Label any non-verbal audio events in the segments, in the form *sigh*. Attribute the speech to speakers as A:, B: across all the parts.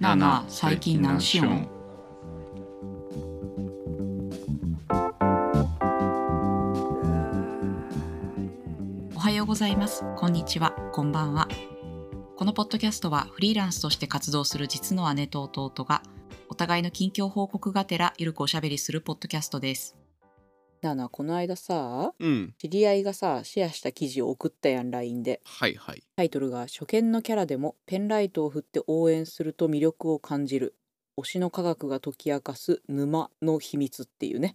A: だな最近何しよんおはようございますこんにちはこんばんはこのポッドキャストはフリーランスとして活動する実の姉と弟がお互いの近況報告がてらゆるくおしゃべりするポッドキャストです
B: なあなあこの間さ
C: うん
B: 知り合いがさシェアした記事を送ったやん LINE で
C: はいはい
B: タイトルが「初見のキャラでもペンライトを振って応援すると魅力を感じる推しの科学が解き明かす沼の秘密」っていうね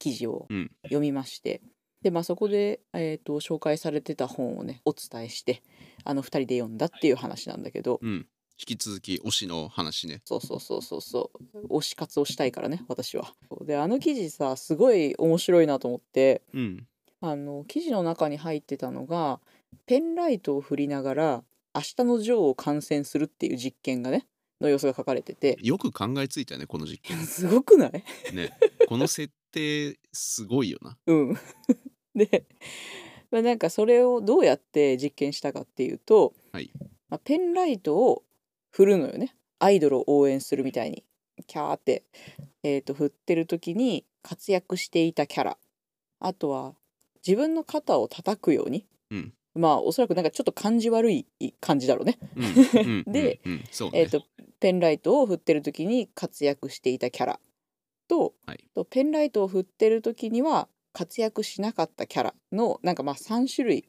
B: 記事を
C: うん
B: 読みまして、でまあそこで、えー、と紹介されてた本をねお伝えしてあの2人で読んだっていう話なんだけど、
C: うん引き続き推しの話ね
B: そうそうそうそうそう推し活をしたいからね私は。であの記事さすごい面白いなと思って
C: うん
B: あの記事の中に入ってたのがペンライトを振りながら「明日のジョー」を観戦するっていう実験がねの様子が書かれてて
C: よく考えついたよねこの実験
B: *laughs* すごくない *laughs*
C: ねこの設定すごいよな
B: うんで、まあ、なんかそれをどうやって実験したかっていうと、
C: はい
B: まあ、ペンライトを振るのよねアイドルを応援するみたいにキャーって、えー、と振ってる時に活躍していたキャラあとは自分の肩を叩くように、
C: うん
B: まあおそらくなんかちょっと感じ悪い感じだろうね
C: うん
B: *laughs*
C: うんうん
B: で
C: うんそう
B: え
C: ね
B: ー、とペンライトを振ってる時に活躍していたキャラと,、
C: はい
B: とペンライトを振ってる時には活躍しなかったキャラのなんかまあ3種類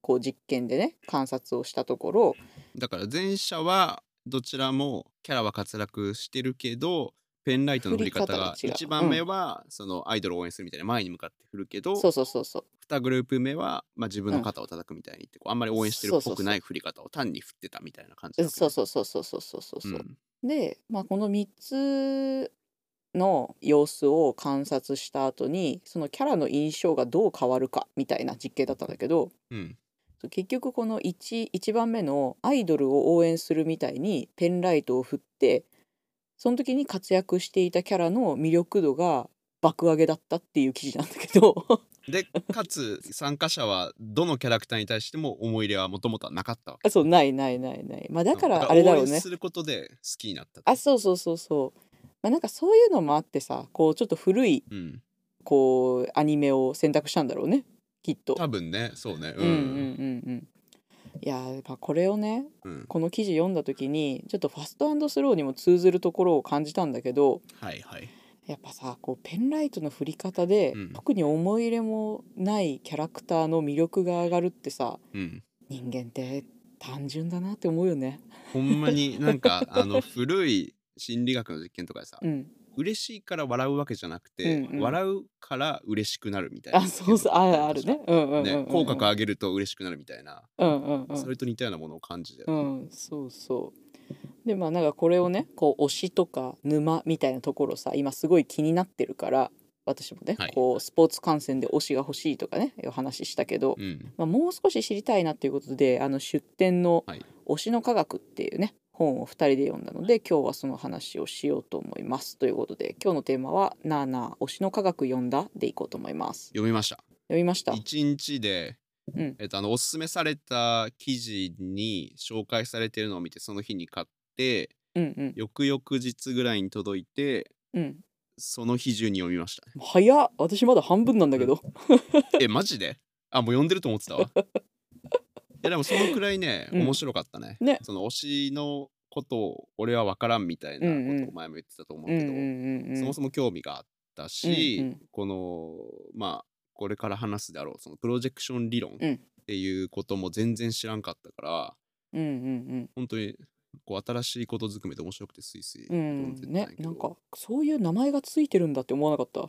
B: こう実験でね観察をしたところ
C: だから前者はどちらもキャラは滑落してるけどペンライトの振り方が
B: 振り方が違
C: 1
B: う
C: 番目はそのアイドルを応援するみたいな前に向かって振るけど
B: そうそうそうそう
C: 2グループ目はまあ自分の肩を叩くみたいにってこうあんまり応援してるっ
B: そう
C: ぽ
B: そうそ
C: く
B: う
C: ない振り方を単に振ってたみたいな感じ
B: そう
C: だ
B: そう
C: そ
B: そうそうそうそうそうそう、
C: うん
B: で、まあ、この3つの様子を観察した後にそのキャラの印象がどう変わるかみたいな実験だったんだけど、
C: うん
B: 結局この 1, 一番目のアイドルを応援するみたいにペンライトを振ってその時に活躍していたキャラの魅力度が爆上げだったっていう記事なんだけど *laughs*
C: でかつ参加者はどのキャラクターに対しても思い入れはもともとはなかったわけ
B: あそうないないないないまあだか
C: うん
B: らあれだろう
C: 応援
B: ね
C: することで好きになったと
B: あそうそうそうそうまあなんかそういうのもあってさこうちょっと古い
C: うん
B: こうアニメを選択したんだろうねきっと。
C: 多分ねそうね
B: うんうんうんうんいやーまあこれをね
C: うん、うん、
B: この記事読んだ時にちょっとファストスローにも通ずるところを感じたんだけど
C: はいはい
B: やっぱさこうペンライトの振り方で、
C: うん
B: 特に思い入れもないキャラクターの魅力が上がるってさ
C: うん
B: 人間って単純だなって思うよね。
C: ほんまになんかあの古い心理学の実験とかでさ、
B: うん、
C: 嬉しいから笑うわけじゃなくて、
B: うんうん
C: 笑うから嬉しくなるみたいな
B: あそうそうああるね。うんうんうんうん、
C: ね口角上げると嬉しくなるみたいな、
B: うんうんうん
C: それと似たようなものを感じて、
B: うん、そうそう。でまあなんかこれをねこう推しとか沼みたいなところさ今すごい気になってるから私もね、
C: はい
B: こうスポーツ観戦で推しが欲しいとかねお話ししたけど、
C: うん
B: まあ、もう少し知りたいなということであの出典の
C: はい
B: 「推しの科学」っていうね本を2人で読んだので今日はその話をしようと思います。ということで今日のテーマは「なあなあ推しの科学読んだ?」でいこうと思います。
C: 読みました
B: 読みました
C: 1日で、
B: うん
C: えっと、あのおすすめされた記事に紹介されてるのを見てその日に買って
B: うんうん
C: 翌々日ぐらいに届いて
B: うん
C: その日中に読みました
B: *laughs*
C: ね
B: 早っ私まだ半分なんだけど
C: えマジであもう読んでると思ってた
B: *laughs*
C: わいやでもそのくらいね、
B: うん
C: 面白かったね
B: ね
C: その推しのことを俺は分からんみたいな
B: うんうん
C: ことを前も言ってたと思う
B: うん
C: け
B: う
C: ど、
B: んうんうん
C: そもそも興味があったし、
B: うんうん
C: このまあこれから話すであろうそのプロジェクション理論っ
B: うん
C: ていうことも全然知らんかったから、
B: うんうん
C: 本当にこう新しいことずくめで面白くてスイスイ
B: うんう
C: 読
B: ん
C: でた
B: ね
C: やけど
B: なんかそういう名前がついてるんだって思わなかった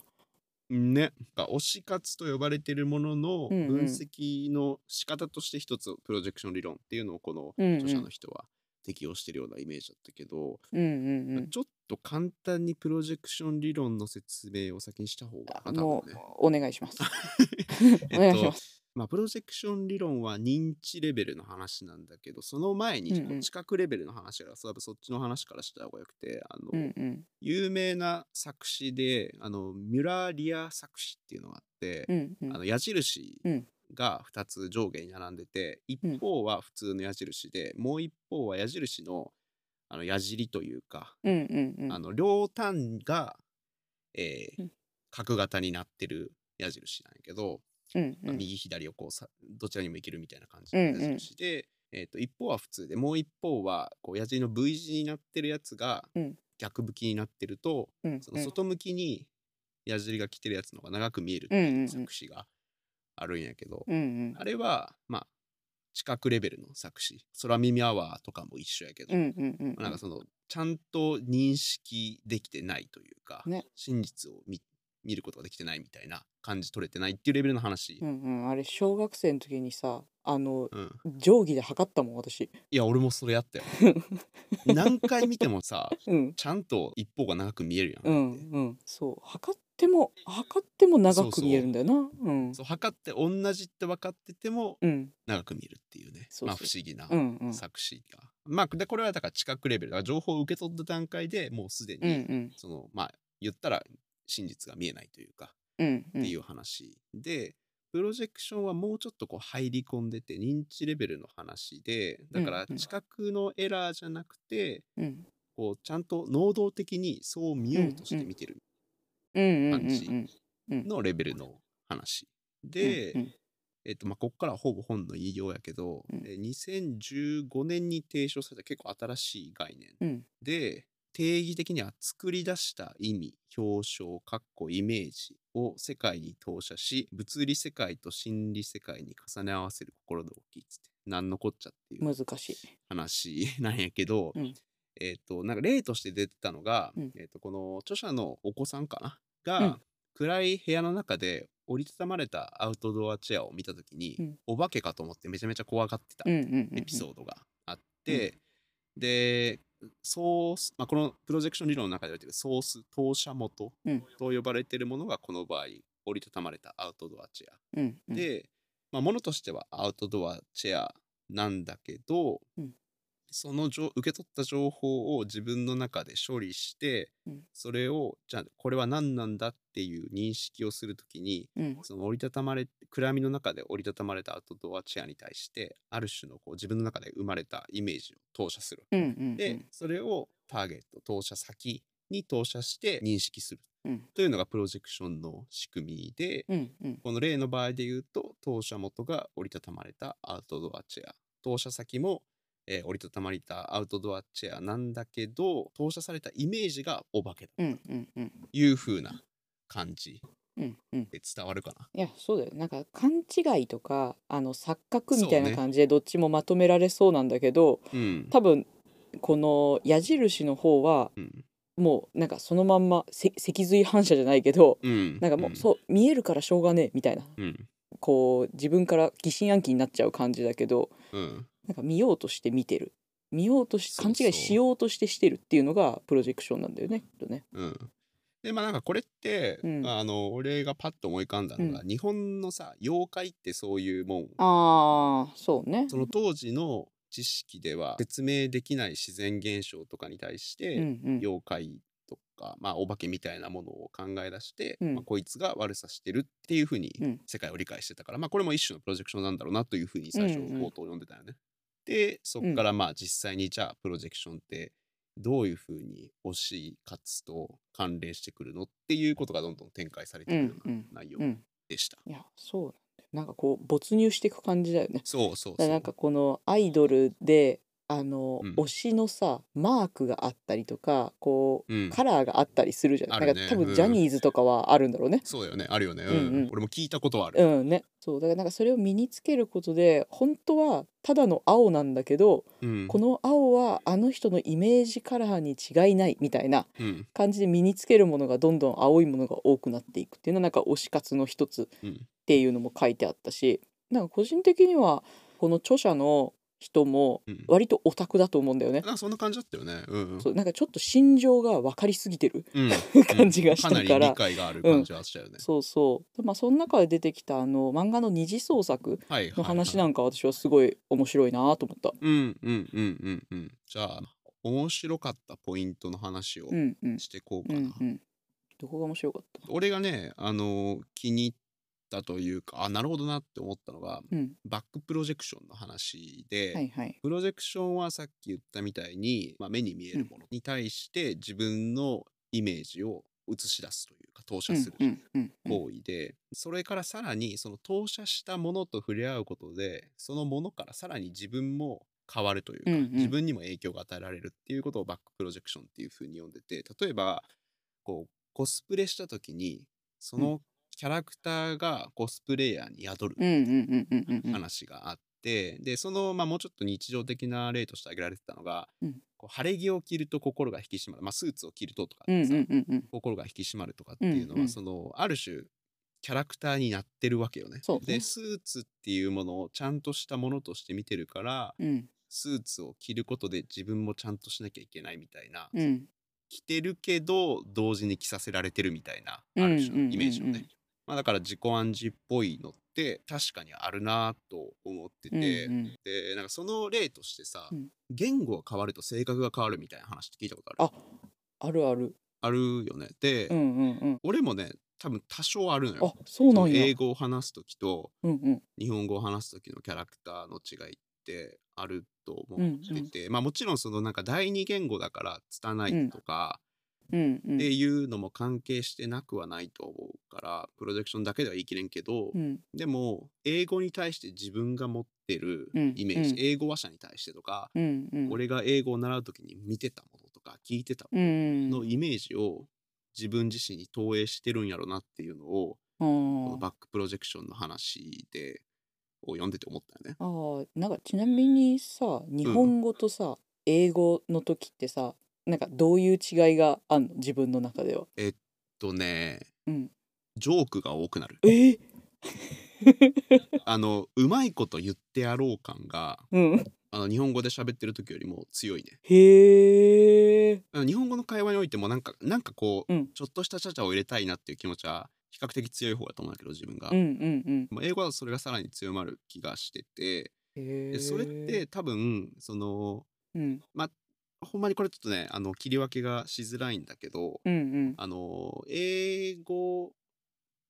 C: ねが推し活と呼ばれてるものの
B: うんうん
C: 分析の仕方として一つプロジェクション理論っていうのをこの
B: うんうん
C: 著者の人は適用してるようなイメージだったけど、
B: うんうんうん
C: ちょっと簡単にプロジェクション理論の説明を先にした方が
B: あ
C: まあ多
B: も
C: 分
B: う
C: ね
B: お願いします
C: *laughs* えっと
B: お願いします
C: まあ、プロジェクション理論は認知レベルの話なんだけどその前に
B: うんうん
C: こう知覚レベルの話から、多分そっちの話からした方がよくてあの、
B: うんうん
C: 有名な作詞であのミュラーリア作詞っていうのがあって、
B: うんうん
C: あの矢印
B: うん
C: が2つ上下に並んでて
B: うん
C: 一方は普通の矢印で、もう一方は矢印のあの矢尻というか、
B: うんうんうん
C: あの両端が、えー
B: うん
C: 角型になってる矢印なんやけど、
B: うん
C: ま
B: う
C: あ
B: ん
C: 右左をこうさどちらにも行けるみたいな感じの矢印で、えー、と一方は普通でもう一方はこう矢尻の V 字になってるやつが
B: うん
C: 逆向きになってると、
B: うんうん
C: その外向きに矢尻が来てるやつの方が長く見えるって
B: うんうん
C: いううん作詞があるんやけど、
B: うんうん
C: あれはまあ知覚レベルの作詞空耳アワーとかも一緒やけど、
B: うんうんう
C: ま
B: ん
C: あなんかそのちゃんと認識できてないというか、
B: ね
C: 真実を見見ることができてないみたいな感じ取れてないっていうレベルの話。
B: うんうんあれ小学生の時にさあの
C: うん
B: 定規で測ったもん私
C: いや俺もそれやった
B: *laughs*
C: よ何回見てもさ
B: うん
C: ちゃんと一方が長く見えるや、
B: うんんうんそう測っても測っても長
C: そう
B: く
C: そう
B: 見えるんだよなうん
C: そう測って同じって分かってても
B: うん
C: 長く見えるっていうね
B: そうそう
C: まあ不思議な
B: うんうん
C: 作詞が、まあでこれはだから知覚レベルだから情報を受け取った段階でもうすで
B: う
C: に、
B: ん
C: そのまあ言ったら真実が見えないというか
B: うんうんう
C: っ
B: ん
C: ていう話、でプロジェクションはもうちょっとこう入り込んでて認知レベルの話でだか
B: う
C: ら
B: んうん
C: 知覚のエラーじゃなくて、
B: うん
C: こうちゃんと能動的にそう見ようとして見てる
B: うんうん
C: 感じ
B: うん
C: のレベルの話
B: うん
C: で、
B: うん
C: えっとまあ、ここからはほぼ本の引用やけど、
B: うん
C: えー2015年に提唱された結構新しい概念
B: うん
C: で定義的には作り出した意味表象かっこイメージを世界に投射し物理世界と心理世界に重ね合わせる心の動きっつって何のこっちゃっていう
B: 難しい
C: 話 *laughs* なんやけど、
B: うん
C: えっ、となんか例として出てたのが、
B: うん
C: えっとこの著者のお子さんかなが、
B: うん
C: 暗い部屋の中で折りたたまれたアウトドアチェアを見た時に、
B: うん
C: お化けかと思ってめちゃめちゃ怖がってた
B: うんうんうんうん
C: エピソードがあって、でソース、まあ、このプロジェクション理論の中で言われているソース投射元
B: うん
C: と呼ばれているものがこの場合折りたたまれたアウトドアチェア
B: うんうん
C: で、まあ、ものとしてはアウトドアチェアなんだけど、
B: うん
C: その情受け取った情報を自分の中で処理して、
B: うん
C: それをじゃあこれは何なんだっていう認識をするときに
B: うん
C: その折りたたまれ暗闇の中で折りたたまれたアウトドアチェアに対してある種のこう自分の中で生まれたイメージを投射する。
B: うんうんう
C: で
B: ん
C: それをターゲット投射先に投射して認識する
B: うん
C: というのがプロジェクションの仕組みで、
B: うんうん
C: この例の場合で言うと、当社元が折りたたまれたアウトドアチェア。当社先も、えー折りたたまれたアウトドアチェアなんだけど、投射されたイメージがお化けだ
B: うんうんうん
C: という風な感じ
B: うんうん
C: で伝わるかな。
B: いやそうだよなんか勘違いとかあの錯覚みたい
C: そう
B: な
C: ね
B: 感じでどっちもまとめられそうなんだけど、
C: うん。
B: 多分この矢印の方は
C: うん。
B: もうなんかそのまんませ脊髄反射じゃないけど
C: うん。
B: なんかもう、
C: う。
B: そう見えるからしょうがねえみたいな
C: うん。
B: こう自分から疑心暗鬼になっちゃう感じだけど
C: うん。
B: なんか見ようとして見てる見ようとし
C: そう
B: 勘違いしようとしてしてるっていうのがプロジェクションなんだよねきっとね。
C: うん。で、まあなんかこれって、
B: うん
C: あの、俺がパッと思い浮かんだのが、
B: う
C: 日本のさ、妖怪ってそういうもん。
B: あーそうね
C: その当時の知識では説明できない自然現象とかに対して、
B: うんうん
C: 妖怪とか、まあ、お化けみたいなものを考え出して、
B: うん
C: まあ、こいつが悪さしてるっていうふう
B: う
C: に
B: ん
C: 世界を理解してたから、まあ、これも一種のプロジェクションなんだろうなというふうに最初
B: うんうん
C: 冒頭読んでたよね。でそこからまあ実際にじゃあプロジェクションってどういうふうに推し活と関連してくるのっていうことがどんどん展開されてくるよう
B: うんう
C: なん内容
B: うん
C: でした。
B: いやそうなんだよなんかこう没入していく感じだよね。
C: そうそう
B: だか
C: そう。
B: らなんかこのアイドルであの、
C: うん
B: 推しのさマークがあったりとかこう、
C: うん
B: カラーがあったりするじゃない、
C: ある
B: な
C: ね
B: んか多
C: う
B: 分
C: ん
B: ジャニーズとかはあるんだろうね。
C: そうだよねあるよね、うん
B: うんうん
C: 俺も聞いたことはあ
B: う
C: る。
B: んね、そうだからなんかそれを身につけることで本当はただの青なんだけど、
C: うん
B: この青はあの人のイメージカラーに違いないみたいな
C: うん
B: 感じで身につけるものがどんどん青いものが多くなっていくっていうのはなんか推し活の一つ
C: うん
B: っていうのも書いてあったしなんか個人的にはこの著者の人も
C: うん
B: 割とオタクだと思うんだよね。
C: なんかそんな感じだったよね。うんうん
B: そうなんかちょっと心情が分かりすぎてる *laughs*
C: うん
B: 感じがしたから
C: うんかなり理解がある感じはしたよね。
B: そうそうまあその中で出てきたあの漫画の二次創作
C: はいはい、
B: の話な
C: はい
B: んかは私はすごい面白いなと思った。
C: うんうんうんうんうん。じゃあ面白かったポイントの話を
B: うんうん
C: してこう
B: う
C: かな。
B: んうんどこが面白かっ
C: 俺がねあの気に入ったというかあなるほどなって思ったのが
B: うん
C: バックプロジェクションの話で、
B: はいはい
C: プロジェクションはさっき言ったみたいに、まあ、目に見えるものに対して自分のイメージを映し出すというか投射する
B: うんうんうんうん
C: 行為で、それからさらにその投射したものと触れ合うことでそのものからさらに自分も変わるというか、
B: うんうん
C: 自分にも影響が与えられるっていうことをバックプロジェクションっていうふうに呼んでて例えばこうコスプレした時にそのキャラクターがコスプレイヤーに宿る
B: うんうんうんうんうん
C: 話があって、でその、まあ、もうちょっと日常的な例として挙げられてたのが、
B: うん
C: こう晴れ着を着ると心が引き締まる、まあ、スーツを着るととかっ
B: う
C: て
B: ん
C: さ、
B: うんうんうん
C: 心が引き締まるとかっていうのは、
B: うんうん
C: そのある種キャラクターになってるわけよね。
B: そうね
C: でスーツっていうものをちゃんとしたものとして見てるから
B: うん
C: スーツを着ることで自分もちゃんとしなきゃいけないみたいな、
B: うん
C: 着てるけど同時に着させられてるみたいな
B: うん
C: ある種のイメージをね、
B: うんうんうん
C: まあ、だから自己暗示っぽいのって確かにあるなと思って
B: うん
C: て、
B: うん
C: でなんかその例としてさ、
B: うん
C: 言語が変わると性格が変わるみたいな話って聞いたことある
B: ああるある
C: あるよねで、
B: うんうんうん
C: 俺もね多分多少あるの
B: あ
C: よ
B: そうなん
C: 英
B: や
C: 語を話す時と
B: うんうん
C: 日本語を話す時のキャラクターの違いってあると思ってて、まあもちろんそのなんか第二言語だから拙いとか、
B: うんう
C: っ
B: ん
C: ていうのも関係してなくはないと思うからプロジェクションだけでは言い切れんけど、
B: うん
C: でも英語に対して自分が持ってる
B: うん
C: イメージ、
B: うん
C: 英語話者に対してとか、
B: うんうん
C: 俺が英語を習う時に見てたものとか聞いてたも
B: うん
C: ののイメージを自分自身に投影してるんやろなっていうのを、こ
B: あ
C: の
B: ー
C: バックプロジェクションの話でを読んでて思ったよね。
B: あーなんかちなみにさ日本語とさ、英語の時ってさなんかどういう違いがあんの自分の中では
C: とね、
B: うん。
C: ジョークが多くなる
B: え
C: あのうまいこと言ってやろう感が
B: うん
C: あの日本語で喋ってる時よりも強いね。
B: へえ
C: うん日本語の会話においてもなんかなんかこう、
B: うん
C: ちょっとしたチャチャを入れたいなっていう気持ちは比較的強い方だと思うんだけど自分が、
B: うんうんうん
C: まあ英語だとそれがさらに強まる気がしてて
B: へ
C: で
B: ー
C: それって多分その
B: うん
C: ほんまにこれちょっとねあの切り分けがしづらいんだけど、
B: うんうん
C: あの英語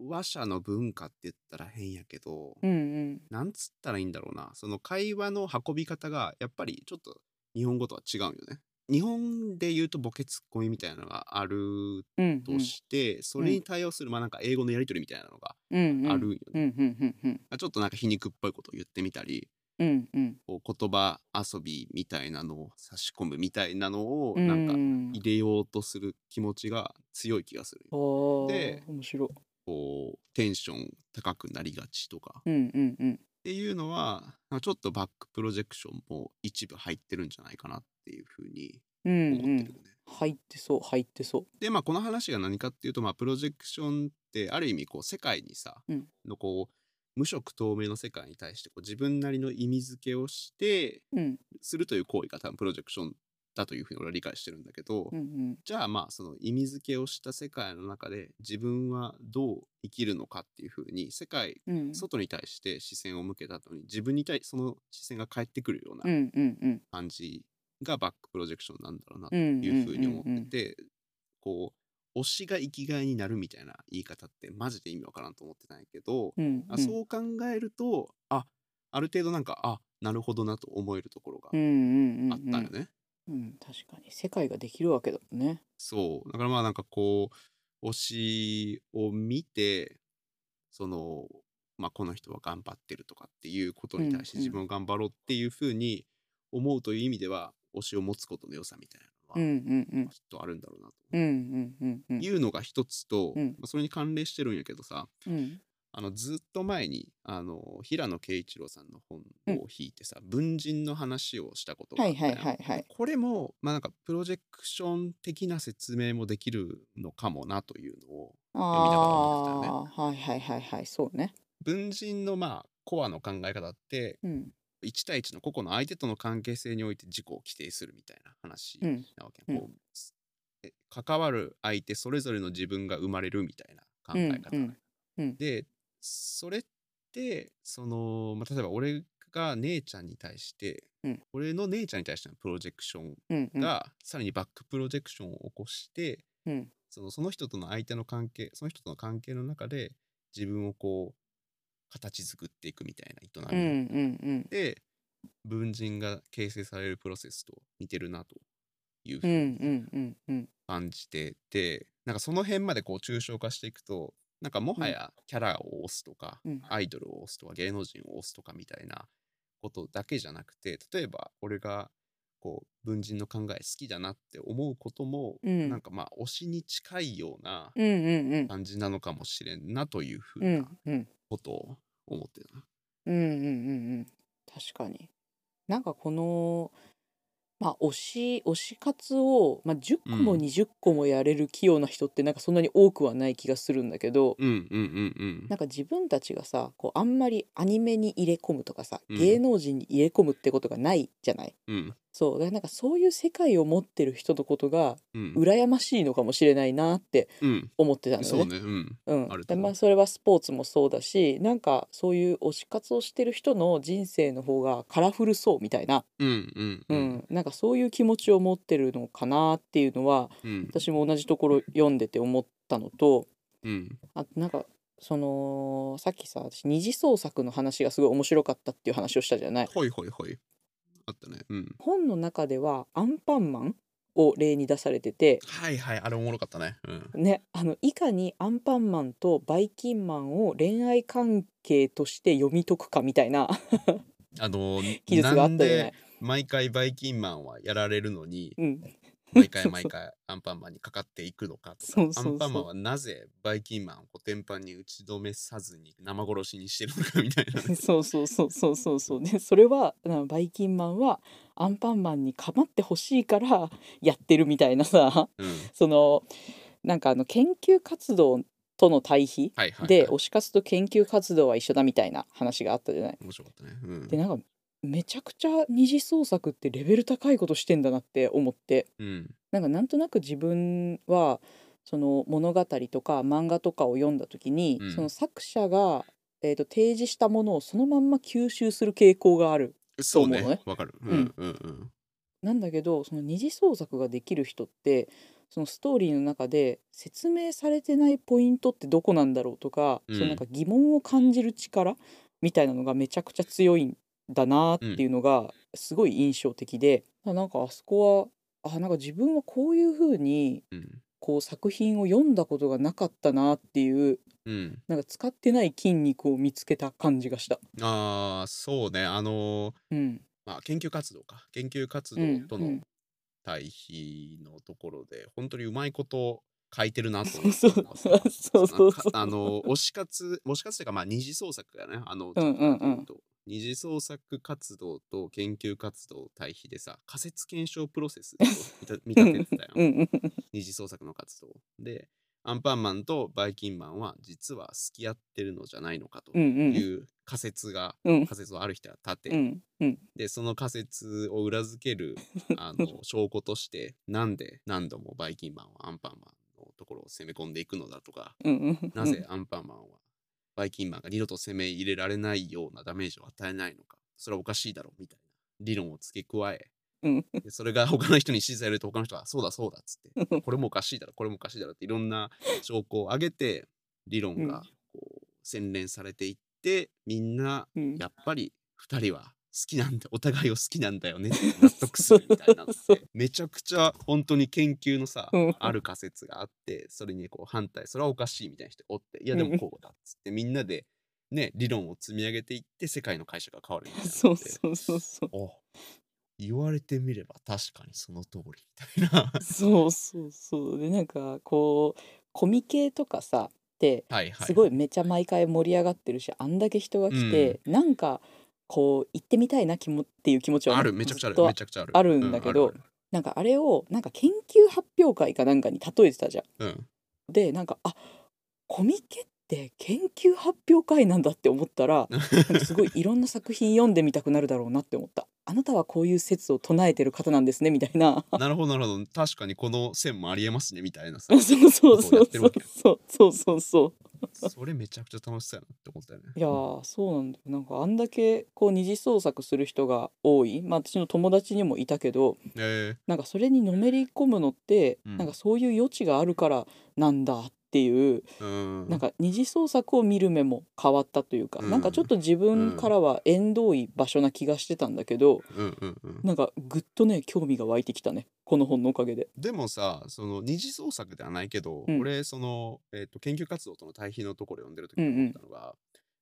C: 話者の文化って言ったら変やけど、
B: うんうん
C: なんつったらいいんだろうなその会話の運び方がやっぱりちょっと日本語とは違うよね。日本で言うとボケツッコミみたいなのがある
B: うん
C: として、それに対応する、まあなんか英語のやり取りみたいなのが
B: うんうん
C: あるんよね、
B: うんうんうんうん
C: あちょっとなんか皮肉っぽいことを言ってみたり
B: うんうん
C: こう言葉遊びみたいなのを差し込むみたいなのを
B: うん
C: なんか入れようとする気持ちが強い気がする、
B: あー
C: で
B: 面白い
C: こうテンション高くなりがちとかっ
B: うんうんうん
C: ていうのはなんかちょっとバックプロジェクションも一部入ってるんじゃないかなっていうふうに
B: う
C: 思っ
B: ん
C: て
B: う
C: るよね。
B: ん入ってそう入ってそう
C: でまあこの話が何かっていうと、まあ、プロジェクションってある意味こう世界にさ、
B: うん
C: のこう無色透明の世界に対してこう自分なりの意味付けをして
B: うん
C: するという行為が多分プロジェクションだというふうに俺は理解してるんだけど、
B: うんうん
C: じゃあまあその意味付けをした世界の中で自分はどう生きるのかっていうふうに世界
B: うん
C: 外に対して視線を向けた後に自分に対その視線が返ってくるよう
B: う
C: なん
B: うんうん
C: 感じがバックプロジェクションなんだろうなと
B: うん
C: いうふうに思
B: んん
C: ってて、こう推しが生きがいになるみたいな言い方ってマジで意味わからんと思ってないけど、
B: うんうん
C: あそう考えるとあある程度なんかあなるほどなと思えるところが
B: うん
C: あ
B: うんうんうん
C: ったよね。
B: うん確かに世界ができるわけだもんね
C: そうだからまあなんかこう推しを見てそのまあこの人は頑張ってるとかっていうことに対して
B: うんうん
C: 自分を頑張ろうっていうふうに思うという意味では推しを持つことの良さみたいな
B: う
C: のは
B: んうん
C: きっとあるんだろうなと。
B: うんうんうんうん
C: いうのが一つと、
B: うん
C: まあそれに関連してるんやけどさ
B: うん
C: あのずっと前にあの平野啓一郎さんの本
B: うん
C: を引いてさ、文人の話をしたことが
B: は
C: あっ
B: い
C: た
B: は
C: や
B: い
C: ん
B: はいはい
C: これもまあなんかプロジェクション的な説明もできるのかもなというのをみながら思ってた
B: ああーはいはいはいはいそうね
C: 文人のまあコアの考え方って
B: うん
C: 1対1の個々の相手との関係性において自己を規定するみたいな話
B: うん
C: なわけやん、
B: うん
C: こうすえ関わる相手それぞれの自分が生まれるみたいな考え方、
B: うんうんうん
C: でそれってその、まあ、例えば俺が姉ちゃんに対して、
B: うん
C: 俺の姉ちゃんに対してのプロジェクション
B: うんうん
C: がさらにバックプロジェクションを起こして
B: うん
C: そのその人との相手の関係その人との関係の中で自分をこう形作っていくみたいな
B: う
C: 営
B: ん
C: み、
B: うん
C: で文人が形成されるプロセスと似てるなというふ
B: うん
C: う
B: う
C: に
B: んうんうんうん
C: 感じててなんかその辺までこう抽象化していくとなんかもはやキャラを押すとか、
B: うん
C: アイドルを押すとか芸能人を押すとかみたいなことだけじゃなくて例えば俺がこう文人の考え好きだなって思うことも、
B: うん
C: なんかまあ推しに近いような
B: うんうんうん
C: 感じなのかもしれんなというふ
B: うんう
C: うんな
B: うん
C: ことを思ってた。
B: うんうんうんうん確かになんかこのまあ推し推し活を、まあ、10個も
C: うん
B: 20個もやれる器用な人ってなんかそんなに多くはない気がするんだけど、
C: うんうんうんうん
B: なんか自分たちがさこうあんまりアニメに入れ込むとかさ、
C: うん
B: 芸能人に入れ込むってことがないじゃない
C: うん
B: そうだからなんかそういう世界を持ってる人のことが
C: うん
B: 羨ましいのかもしれないなって
C: うん
B: 思ってたんだよ
C: そう
B: ね。
C: ねうん
B: うん
C: あると
B: で
C: 思う
B: まあそれはスポーツもそうだしなんかそういう推し活をしてる人の人生の方がカラフルそうみたいな、
C: うんうん
B: う
C: うんん
B: なんかそういう気持ちを持ってるのかなっていうのは
C: うん
B: 私も同じところ読んでて思ったのと
C: うん
B: あとなんかそのさっきさ私二次創作の話がすごい面白かったっていう話をしたじゃない。
C: ほいほいほいあったねうん
B: 本の中ではアンパンマンを例に出されてて
C: はいはいあれおもろかったねうん
B: ね、あのいかにアンパンマンとバイキンマンを恋愛関係として読み解くかみたいな *laughs*
C: あのー
B: 技術があ
C: な
B: ったじゃなんい
C: で。毎回バイキンマンはやられるのに
B: うん、
C: 毎回
B: *laughs* そう
C: 毎回アンパンマンにかかっていくのかとか
B: そうそうそう
C: アンパンマンはなぜバイキンマンをコテンパンに打ち止めさずに生殺しにしてるのかみたいな
B: *laughs*
C: ね
B: そうそうそうそうそうそうでそれはあのバイキンマンはアンパンマンに構ってほしいからやってるみたいなさ
C: うん
B: そのなんかあの研究活動との対比
C: はいはい、はい、
B: で推し活と研究活動は一緒だみたいな話があったじゃない。
C: 面白かったねうん
B: でなんかめちゃくちゃ二次創作ってレベル高いことしてんだなって思って。
C: うん
B: なんかなんとなく自分はその物語とか漫画とかを読んだ時に、
C: うん
B: その作者が、えー、と提示したものをそのまんま吸収する傾向がある。
C: そうね
B: そう思うね
C: わかるうんんうんうん
B: なんだけどその二次創作ができる人ってそのストーリーの中で説明されてないポイントってどこなんだろうとか,、
C: うん
B: そのなんか疑問を感じる力みたいなのがめちゃくちゃ強いんだなっていうのがすごい印象的で、なんかあそこはあなんか自分はこういうふうに
C: うん
B: こう作品を読んだことがなかったなっていう
C: うん
B: なんか使ってない筋肉を見つけた感じがした。
C: ああそうねあのー
B: うん、
C: まあ研究活動か研究活動
B: うん
C: と
B: う
C: の
B: ん
C: 対比のところで本当にうまいこと書いてるなと
B: そ
C: 思
B: う
C: っ
B: そうそう
C: た
B: *laughs* そうそう
C: なんかあの推し活推し活というかまあ二次創作がねあの、
B: うんうんうん
C: 二次創作活動と研究活動対比でさ仮説検証プロセスを見
B: *laughs*
C: た見立ててたよ、
B: うんうんうん
C: 二次創作の活動でアンパンマンとバイキンマンは実は好き合ってるのじゃないのかと
B: うんうん
C: いう仮説が、
B: うん
C: 仮説をある人は立て、
B: うんうん
C: でその仮説を裏付けるあの
B: *laughs*
C: 証拠としてなんで何度もバイキンマンはアンパンマンのところを攻め込んでいくのだとか
B: うんうん
C: なぜアンパンマンはバイキンマンが二度と攻め入れられないようなダメージを与えないのかそれはおかしいだろうみたいな理論を付け加え
B: うん
C: でそれが他の人に支持されると他の人はそうだそうだっつってこれもおかしいだろこれもおかしいだろっていろんな証拠を挙げて理論
B: うん
C: がこう洗練されていってみんな
B: うん
C: やっぱり二人は好きなんだお互いを好きなんだよね
B: *laughs*
C: って納得するみたいなのっ
B: そう
C: てめちゃくちゃ本当に研究のさ、
B: うん
C: ある仮説があってそれにこう反対それはおかしいみたいな人おっていやで
B: うん
C: もこうだっつってみんなでね理論を積み上げていって世界の会社が変わるみたいな
B: そ
C: の
B: う
C: って
B: そうそうそう
C: お言われてみれば確かにその通りみたいな *laughs*
B: そうそうそうでなんかこうコミケとかさって
C: はいはい
B: すごいめちゃ毎回盛り上がってるしあんだけ人が来て、なんかこう行ってみたいな気もっていう気持ちはね
C: あるめちゃくちゃあ
B: ず
C: る
B: っと
C: めちゃくちゃある
B: あるんだけど
C: うある
B: なんかあれをなんか研究発表会かなんかに例えてたじゃん。
C: ある
B: でなんかあコミケって研究発表会なんだって思っ
C: *laughs*
B: たらなんかすごいいろんな作品読んでみたくなるだろうなって思った。あなたはこういう説を唱えてる方なんですねみたいな。
C: うんなるほどなるほど確かにこの線もありえますねみたいなさ
B: *laughs* そうそ
C: こと
B: う
C: を
B: そ
C: や
B: う
C: ってる
B: そ
C: わ
B: う
C: け
B: そうそうそうそう。
C: それめちゃくちゃ楽しそうやなって思ったよね
B: いやーそうなんだよなんかあんだけこう二次創作する人が多い、まあ、私の友達にもいたけど
C: え
B: なんかそれにのめり込むのって、
C: うん
B: なんかそういう余地があるからなんだっっていう
C: うん
B: なんか二次創作を見る目も変わったというか、
C: うん
B: なんかちょっと自分からは縁遠い場所な気がしてたんだけど、
C: うんうんうん、
B: なんかぐっとね興味が湧いてきたねこの本のおかげで。
C: でもさその二次創作ではないけど、
B: うん
C: 俺その、えっと研究活動との対比のところ読んでる時
B: うんうん
C: に思ったのが、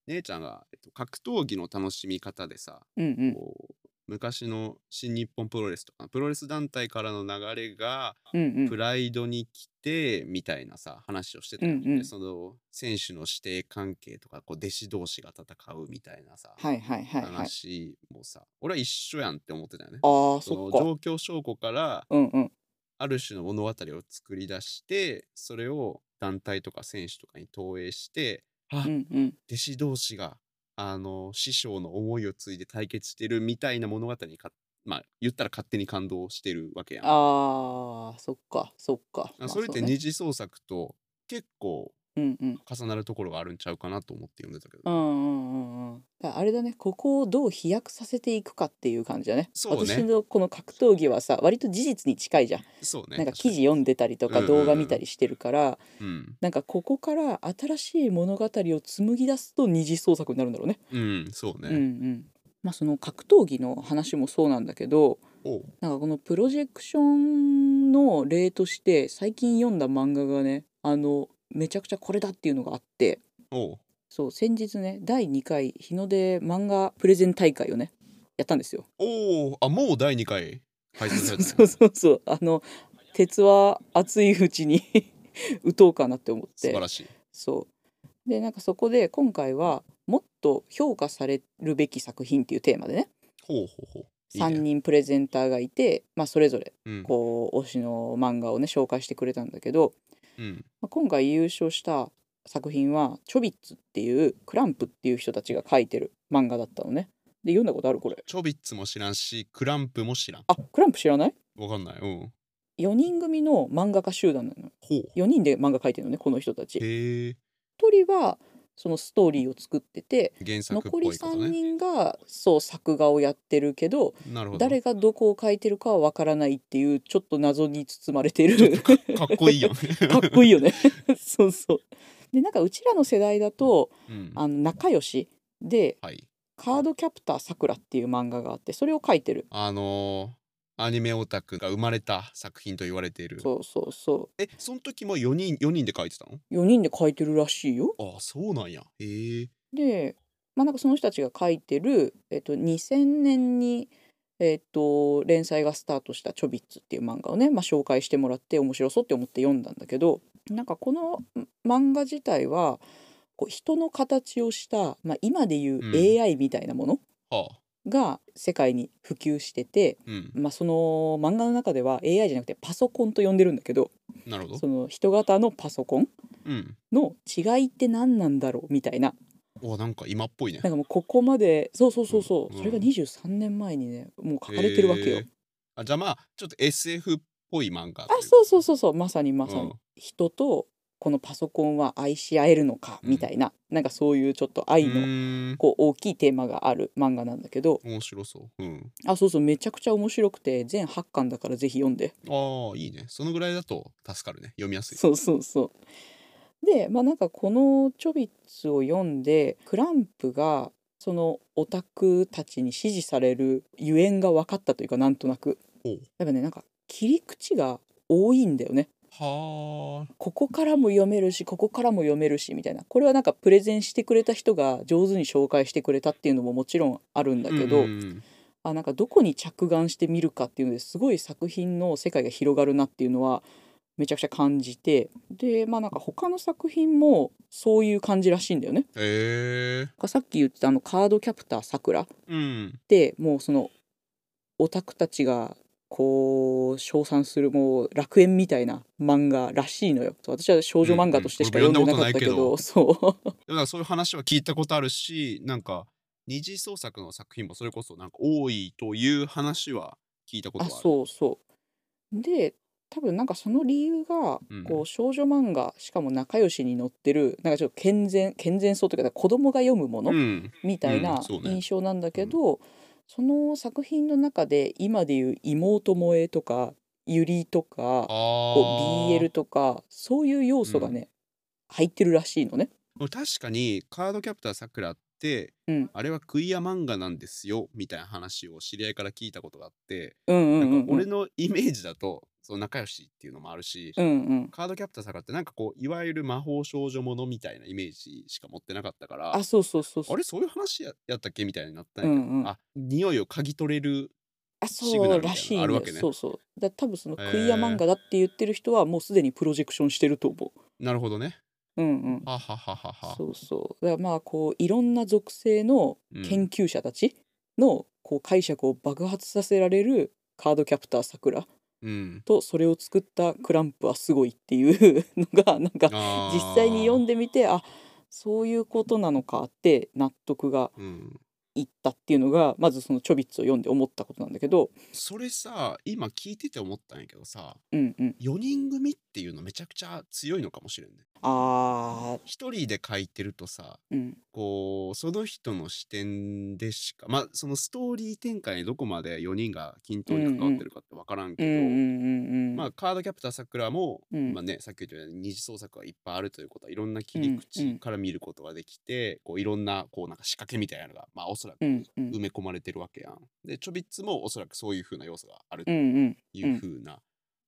C: 姉ちゃんが、えっと格闘技の楽しみ方でさ、
B: うん
C: こう昔の新日本プロレスとかプロレス団体からの流れが
B: うんうんう
C: プ
B: ん
C: ライドに来てみたいなさ話をしてたよね、
B: うんうん
C: その選手の師弟関係とかこう弟子同士が戦うみたいなさ、
B: はいはいはいはい。
C: 話もさ俺は一緒やんって思ってたよね。
B: あ
C: そ
B: あそ
C: の
B: っか。
C: 状況証拠から
B: うんうん
C: ある種の物語を作り出してそれを団体とか選手とかに投影してあ、
B: うんうん
C: 弟子同士があの師匠の思いを継いで対決してるみたいな物語にかまあ言ったら勝手に感動してるわけやん。
B: あーそっかそっか。まあ
C: それって
B: うね
C: 二次創作と結構
B: うんうん
C: 重なるところがあるんちゃうかなと思って読んでたけ
B: う
C: ど、
B: んうんうんうんだからあれだねここをどう飛躍させていくかっていう感じだね
C: そうね
B: 私のこの格闘技はさ割と事実に近いじゃん、
C: そうね
B: なんか
C: 確
B: 記事読んでたりと
C: う
B: か
C: んうんうん
B: 動画見たりしてるから、
C: にうん、
B: なんかここから新しい物語を紡ぎ出すと二次創作になるんだろうね。
C: うん、そう
B: うんう
C: ね、
B: んまあ、その格闘技の話もそうなんだけど
C: おう
B: なんかこのプロジェクションの例として最近読んだ漫画がねあのめちゃくちゃこれだっていうのがあって
C: おう
B: そう先日ね第2回日の出漫画プレゼン大会をねやったんですよ。
C: おうあもう第2回配信され
B: *laughs* そう
C: て
B: そうそうそうあの鉄は熱いうちに *laughs* 打とうかなって思っ
C: 素
B: て
C: 晴らしい
B: そうでなんかそこで今回はもっと評価されるべき作品っていうテーマでね
C: ほうほうほういいね
B: 3人プレゼンターがいてまあ、それぞれ
C: うん
B: こう推しの漫画をね紹介してくれたんだけど、
C: うん
B: まあ、今回優勝した作品はチョビッツっていうクランプっていう人たちが書いてる漫画だったのね。で読んだことあるこれ
C: チョビッツも知らんしクランプも知らん
B: あクランプ知らない
C: わかんないうん
B: ?4 人組の漫画家集団なのよ
C: ほう
B: 4人で漫画描いてるのねこの人たち。
C: へえ
B: 1人はそのストーリーを作ってて
C: 原作っ
B: 残
C: ぽ
B: り
C: いことね
B: 3人がそう作画をやってるけど
C: なるほど
B: 誰がどこを描いてるかはわからないっていうちょっと謎に包まれて
C: ちょっ
B: る
C: とかかっこいいやん
B: *laughs* かっこいいよねそうそう。でなんかうちらの世代だと
C: *laughs* うん
B: あの仲良しで
C: はい
B: カードキャプターさくらっていう漫画があってそれを描いてる
C: あのーアニメオタクが生まれた作品と言われている
B: そうそうそ
C: えその時も4人4人で書いてたの
B: う4人で描いてるらしいよ
C: ああそうなんやへえ
B: でまあなんかその人たちが描いてる、えっと、2000年にえっと連載がスタートした「チョビッツ」っていう漫画をね、まあ、紹介してもらって面白そうって思って読んだんだけどなんかこの漫画自体はこう人の形をした、まあ、今でいう
C: うん
B: AI みたいなもの
C: はあ
B: が世界に普及してて、
C: うん
B: まあ、その漫画の中では AI じゃなくてパソコンと呼んでるんだけど
C: なるほど
B: その人型のパソコン
C: うん
B: の違いって何なんだろうみたいな
C: おなんか今っぽいね
B: なんかもうここまでそうそうそうそう、
C: うん
B: それが23年前にねもう書かれてるわけよ、
C: へえあじゃあまあちょっと SF っぽい漫画
B: あそう
C: う
B: そうそうそうまさにまさに、
C: うん
B: 人とこのパソコンは愛し合えるのかみたいな、なんかそういうちょっと愛
C: う
B: の
C: ーん
B: こう大きいテーマがある漫画なんだけど
C: 面白そううん
B: あそうそうめちゃくちゃ面白くて全8巻だからぜひ読んで
C: ああいいねそのぐらいだと助かるね読みやすい
B: そうそうそう。でまあなんかこのチョビッツを読んでクランプがそのオタクたちに支持されるゆえんが分かったというかなんとなく
C: おう
B: やっぱねなんか切り口が多いんだよね
C: はあ
B: ここからも読めるしここからも読めるしみたいなこれはなんかプレゼンしてくれた人が上手に紹介してくれたっていうのももちろんあるんだけど、
C: うんうん
B: あなんかどこに着眼してみるかっていうのですごい作品の世界が広がるなっていうのはめちゃくちゃ感じてでまあなんか他の作品もそういう感じらしいんだよね。
C: へえ
B: なんかさっき言ってたあのカードキャプターさくらっ
C: うん
B: てもうそのオタクたちがこう称賛するもう楽園みたいな漫画らしいのよ。私は少女漫画としてしか
C: うんう
B: 読
C: ん
B: んでなかったけど,、
C: 俺も
B: そう
C: でもなんかそういう話は聞いたことあるしなんか二次創作の作品もそれこそなんか多いという話は聞いたこと
B: あ
C: はある
B: そうそう。で多分なんかその理由が、
C: うん
B: こう少女漫画しかも仲良しに載ってるなんかちょっと健全健全そうというか子供が読むもの、
C: ん、
B: みたい
C: うん
B: な
C: そうね
B: 印象なんだけど、その作品の中で今でいう妹萌えとかゆりとか
C: あー
B: こう BL とかそういう要素がね、入ってるらしいのね。
C: 確かにカードキャプターさくらって、
B: うん
C: あれはクイア漫画なんですよみたいな話を知り合いから聞いたことがあって、
B: うんうん
C: なんか
B: うんう
C: 俺
B: ん。
C: のイメージだとその仲良しっていうのもあるし、
B: うんうん。
C: カードキャプターさくらってなんかこういわゆる魔法少女ものみたいなイメージしか持ってなかったから
B: あそうそうそうそう。
C: あれそういう話ややったっけみたいになったん
B: う
C: やけど、
B: んうん。
C: あ匂いを嗅ぎ取れる
B: あ
C: シグ
B: そ
C: ナ
B: う
C: ルみたいなの
B: らしい
C: あ
B: ね
C: るわけね
B: そうそうだ多分そのク
C: へー
B: イア漫画だって言ってる人はもうすでにプロジェクションしてると思
C: なるほどね
B: ううんうん
C: ははははは
B: そうそうだからまあこういろんな属性の
C: うん
B: 研究者たちのこう解釈を爆発させられるカードキャプターさくら
C: うん
B: とそれを作ったクランプはすごいっていうのがなんか
C: *laughs* あー
B: 実際に読んでみてあそういうことなのかって納得が
C: うん
B: いったっていうのがまずそのチョビッツを読んで思ったことなんだけど
C: それさ今聞いてて思ったんやけどさ
B: うんうん
C: 4人組っていうのめちゃくちゃ強いのかもしれんね
B: あー
C: 一人で書いてるとさ
B: うん
C: こうその人の視点でしかまあそのストーリー展開にどこまで4人が均等に関わってるかって分からんけ
B: うん
C: ど、
B: うんうんうん
C: まあ、カードキャプターさくらも、
B: うん
C: まあね、さっき言ったように二次創作がいっぱいあるということはいろんな切り
B: うんう
C: 口
B: ん
C: から見ることができて、こういろんなこうなんか仕掛けみたいなのが、まあ、おそらく
B: うん
C: 埋
B: うん
C: め込まれてるわけやん。でちょびっつもおそらくそういうふうな要素がある
B: う
C: と
B: んうん
C: いうふうな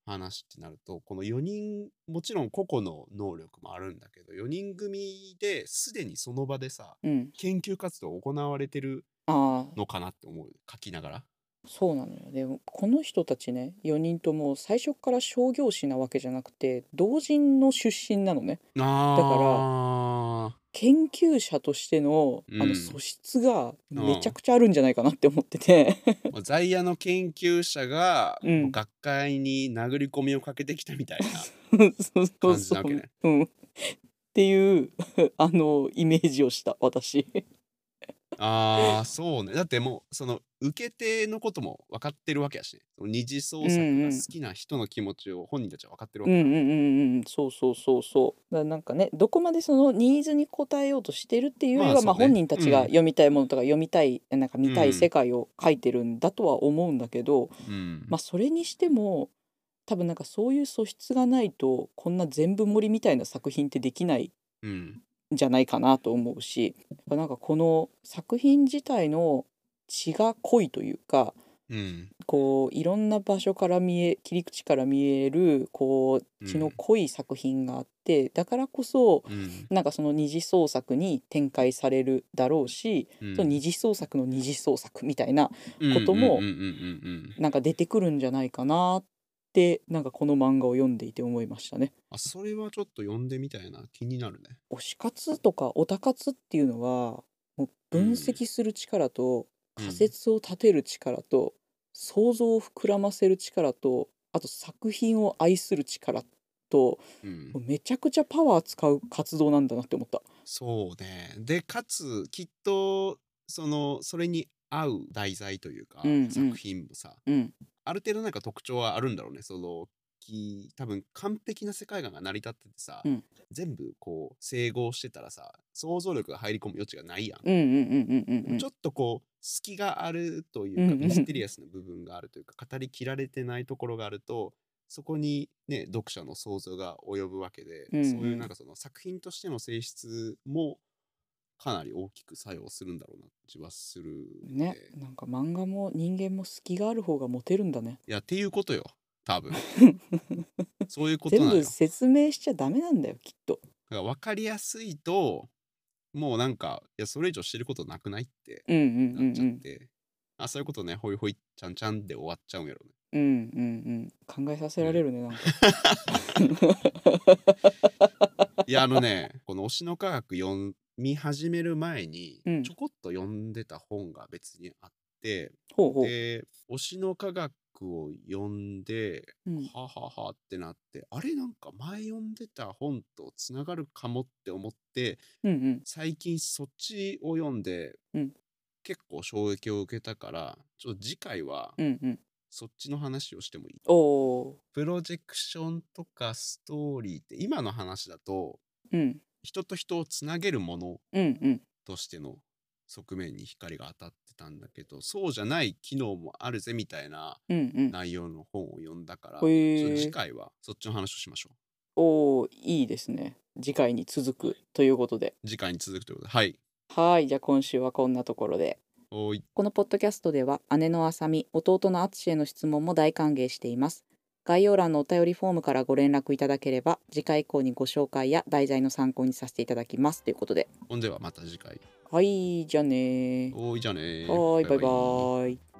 C: 話ってなると、この4人もちろん個々の能力もあるんだけど4人組ですでにその場でさ
B: うん
C: 研究活動行われてる
B: ああ
C: のかなって思う書きながら。
B: そうなのよでもこの人たちね4人とも最初から商業士なわけじゃなくて同人の出身なのね
C: あ
B: 研究者としてのあ
C: う
B: の
C: ん
B: 素質がめちゃくちゃあるんじゃないかなって思ってて、
C: まあ在野の研究者が
B: うん
C: 学会に殴り込みをかけてきたみたい
B: *laughs*
C: な
B: そうそう
C: 感じな
B: そ
C: わけ
B: う
C: ね。
B: うんっていう *laughs* あのイメージをした私
C: ああそうねだってもうその受け手のことも分かってるわけやし、ね、その二次創作
B: うんう
C: が
B: ん
C: 好きな人の気持ちを本人たちは分かってるわ
B: う
C: け
B: ん
C: だ
B: う
C: か
B: んうんうんそうそうそうそうだからなんかねどこまでそのニーズに応えようとしてるっていうよりは、
C: ま
B: ま
C: あ
B: あ
C: そうね
B: 本人たち
C: う
B: が
C: ん
B: 読みたいものとか読みたい、なんか見た
C: う
B: い
C: ん
B: 世界を書いてるんだとは思うんだけど、
C: ら、うん
B: まあそれにしても多分なんかそういう素質がないとこんな全部盛りみたいな作品ってできない
C: うん
B: んじゃないかなと思うしやっぱなんかこの作品自体の血が濃いというか、
C: うん
B: こういろんな場所から見え切り口から見えるこ
C: う
B: うん血の濃い作品があって、だからこそ
C: うん
B: なんかその二次創作に展開されるだろうし、
C: うん
B: その二次創作の二次創作みたいなこと
C: う
B: も
C: んうんうんうんうん
B: なんか出てくるんじゃないかなってなんかこの漫画を読んでいて思いましたね。
C: あそれはちょっと読んでみたいな気になるね。
B: 推し活とかオタ活っていうのはもう分析する力と
C: うん
B: 仮説を立てる力と、想像を膨らませる力とあと作品を愛する力と
C: うん
B: もう、めちゃくちゃパワー使う活動なんだなって思った。
C: そうねでかつきっとそのそれに合う題材というか、
B: うんうん
C: 作品もさ
B: うん、
C: ある程度なんか特徴はあるんだろうねそのき多分完璧な世界観が成り立っててさ、
B: うん
C: 全部こう整合してたらさ想像力が入り込む余地がないやん、
B: うんうんうんうんうんうん
C: ちょっとこう隙があるというか、
B: うんうん
C: ミステリアスな部分があるというか語りきられてないところがあるとそこにね読者の想像が及ぶわけで、
B: うんうん
C: そういうなんかその作品としての性質もかなり大きく作用するんだろうなって気はするんで
B: ね、なんか漫画も人間も隙がある方がモテるんだね
C: いやっていうことよ多
B: *laughs*
C: 分そういうこと
B: 全
C: なの
B: 部
C: よ
B: 説明しちゃダメなんだよきっと
C: だから分かりやすいともうなんかいやそれ以上知ることなくないって
B: うんうんう
C: なっ
B: ん
C: ちゃ
B: う
C: っ
B: ん
C: て、あそういうことねほいほいちゃんちゃんで終わっちゃうんやろね
B: うんうんうん考えさせられるねなんか
C: いやあのねこの「推しの科学」読み始める前に
B: うん
C: ちょこっと読んでた本が別にあって、
B: ほうほう、
C: で「推しの科学」を読んで
B: うん
C: はははってなってあれなんか前読んでた本とつながるかもって思って
B: うんうん
C: 最近そっちを読んで、
B: うん
C: 結構衝撃を受けたからちょっと次回は
B: うんうん
C: そっちの話をしてもいい、
B: おお
C: プロジェクションとかストーリーって今の話だと
B: ーうん
C: 人と人をつなげるもの
B: うんうん
C: としての側面に光が当たってたんだけどそうじゃない機能もあるぜみたいな
B: うんうん
C: 内容の本を読んだから、
B: へー
C: ちょっと次回はそっちの話をしましょう。
B: おおーいいですね次回に続くということで
C: 次回に続くということではい
B: はいじゃあ今週はこんなところで
C: おーい
B: このポッドキャストでは姉のあさみ弟のあつしへの質問も大歓迎しています概要欄のお便りフォームからご連絡いただければ次回以降にご紹介や題材の参考にさせていただきますということで
C: ほんではまた次回
B: はいじゃあねー
C: おーいじゃあねー
B: はーいバイバーイ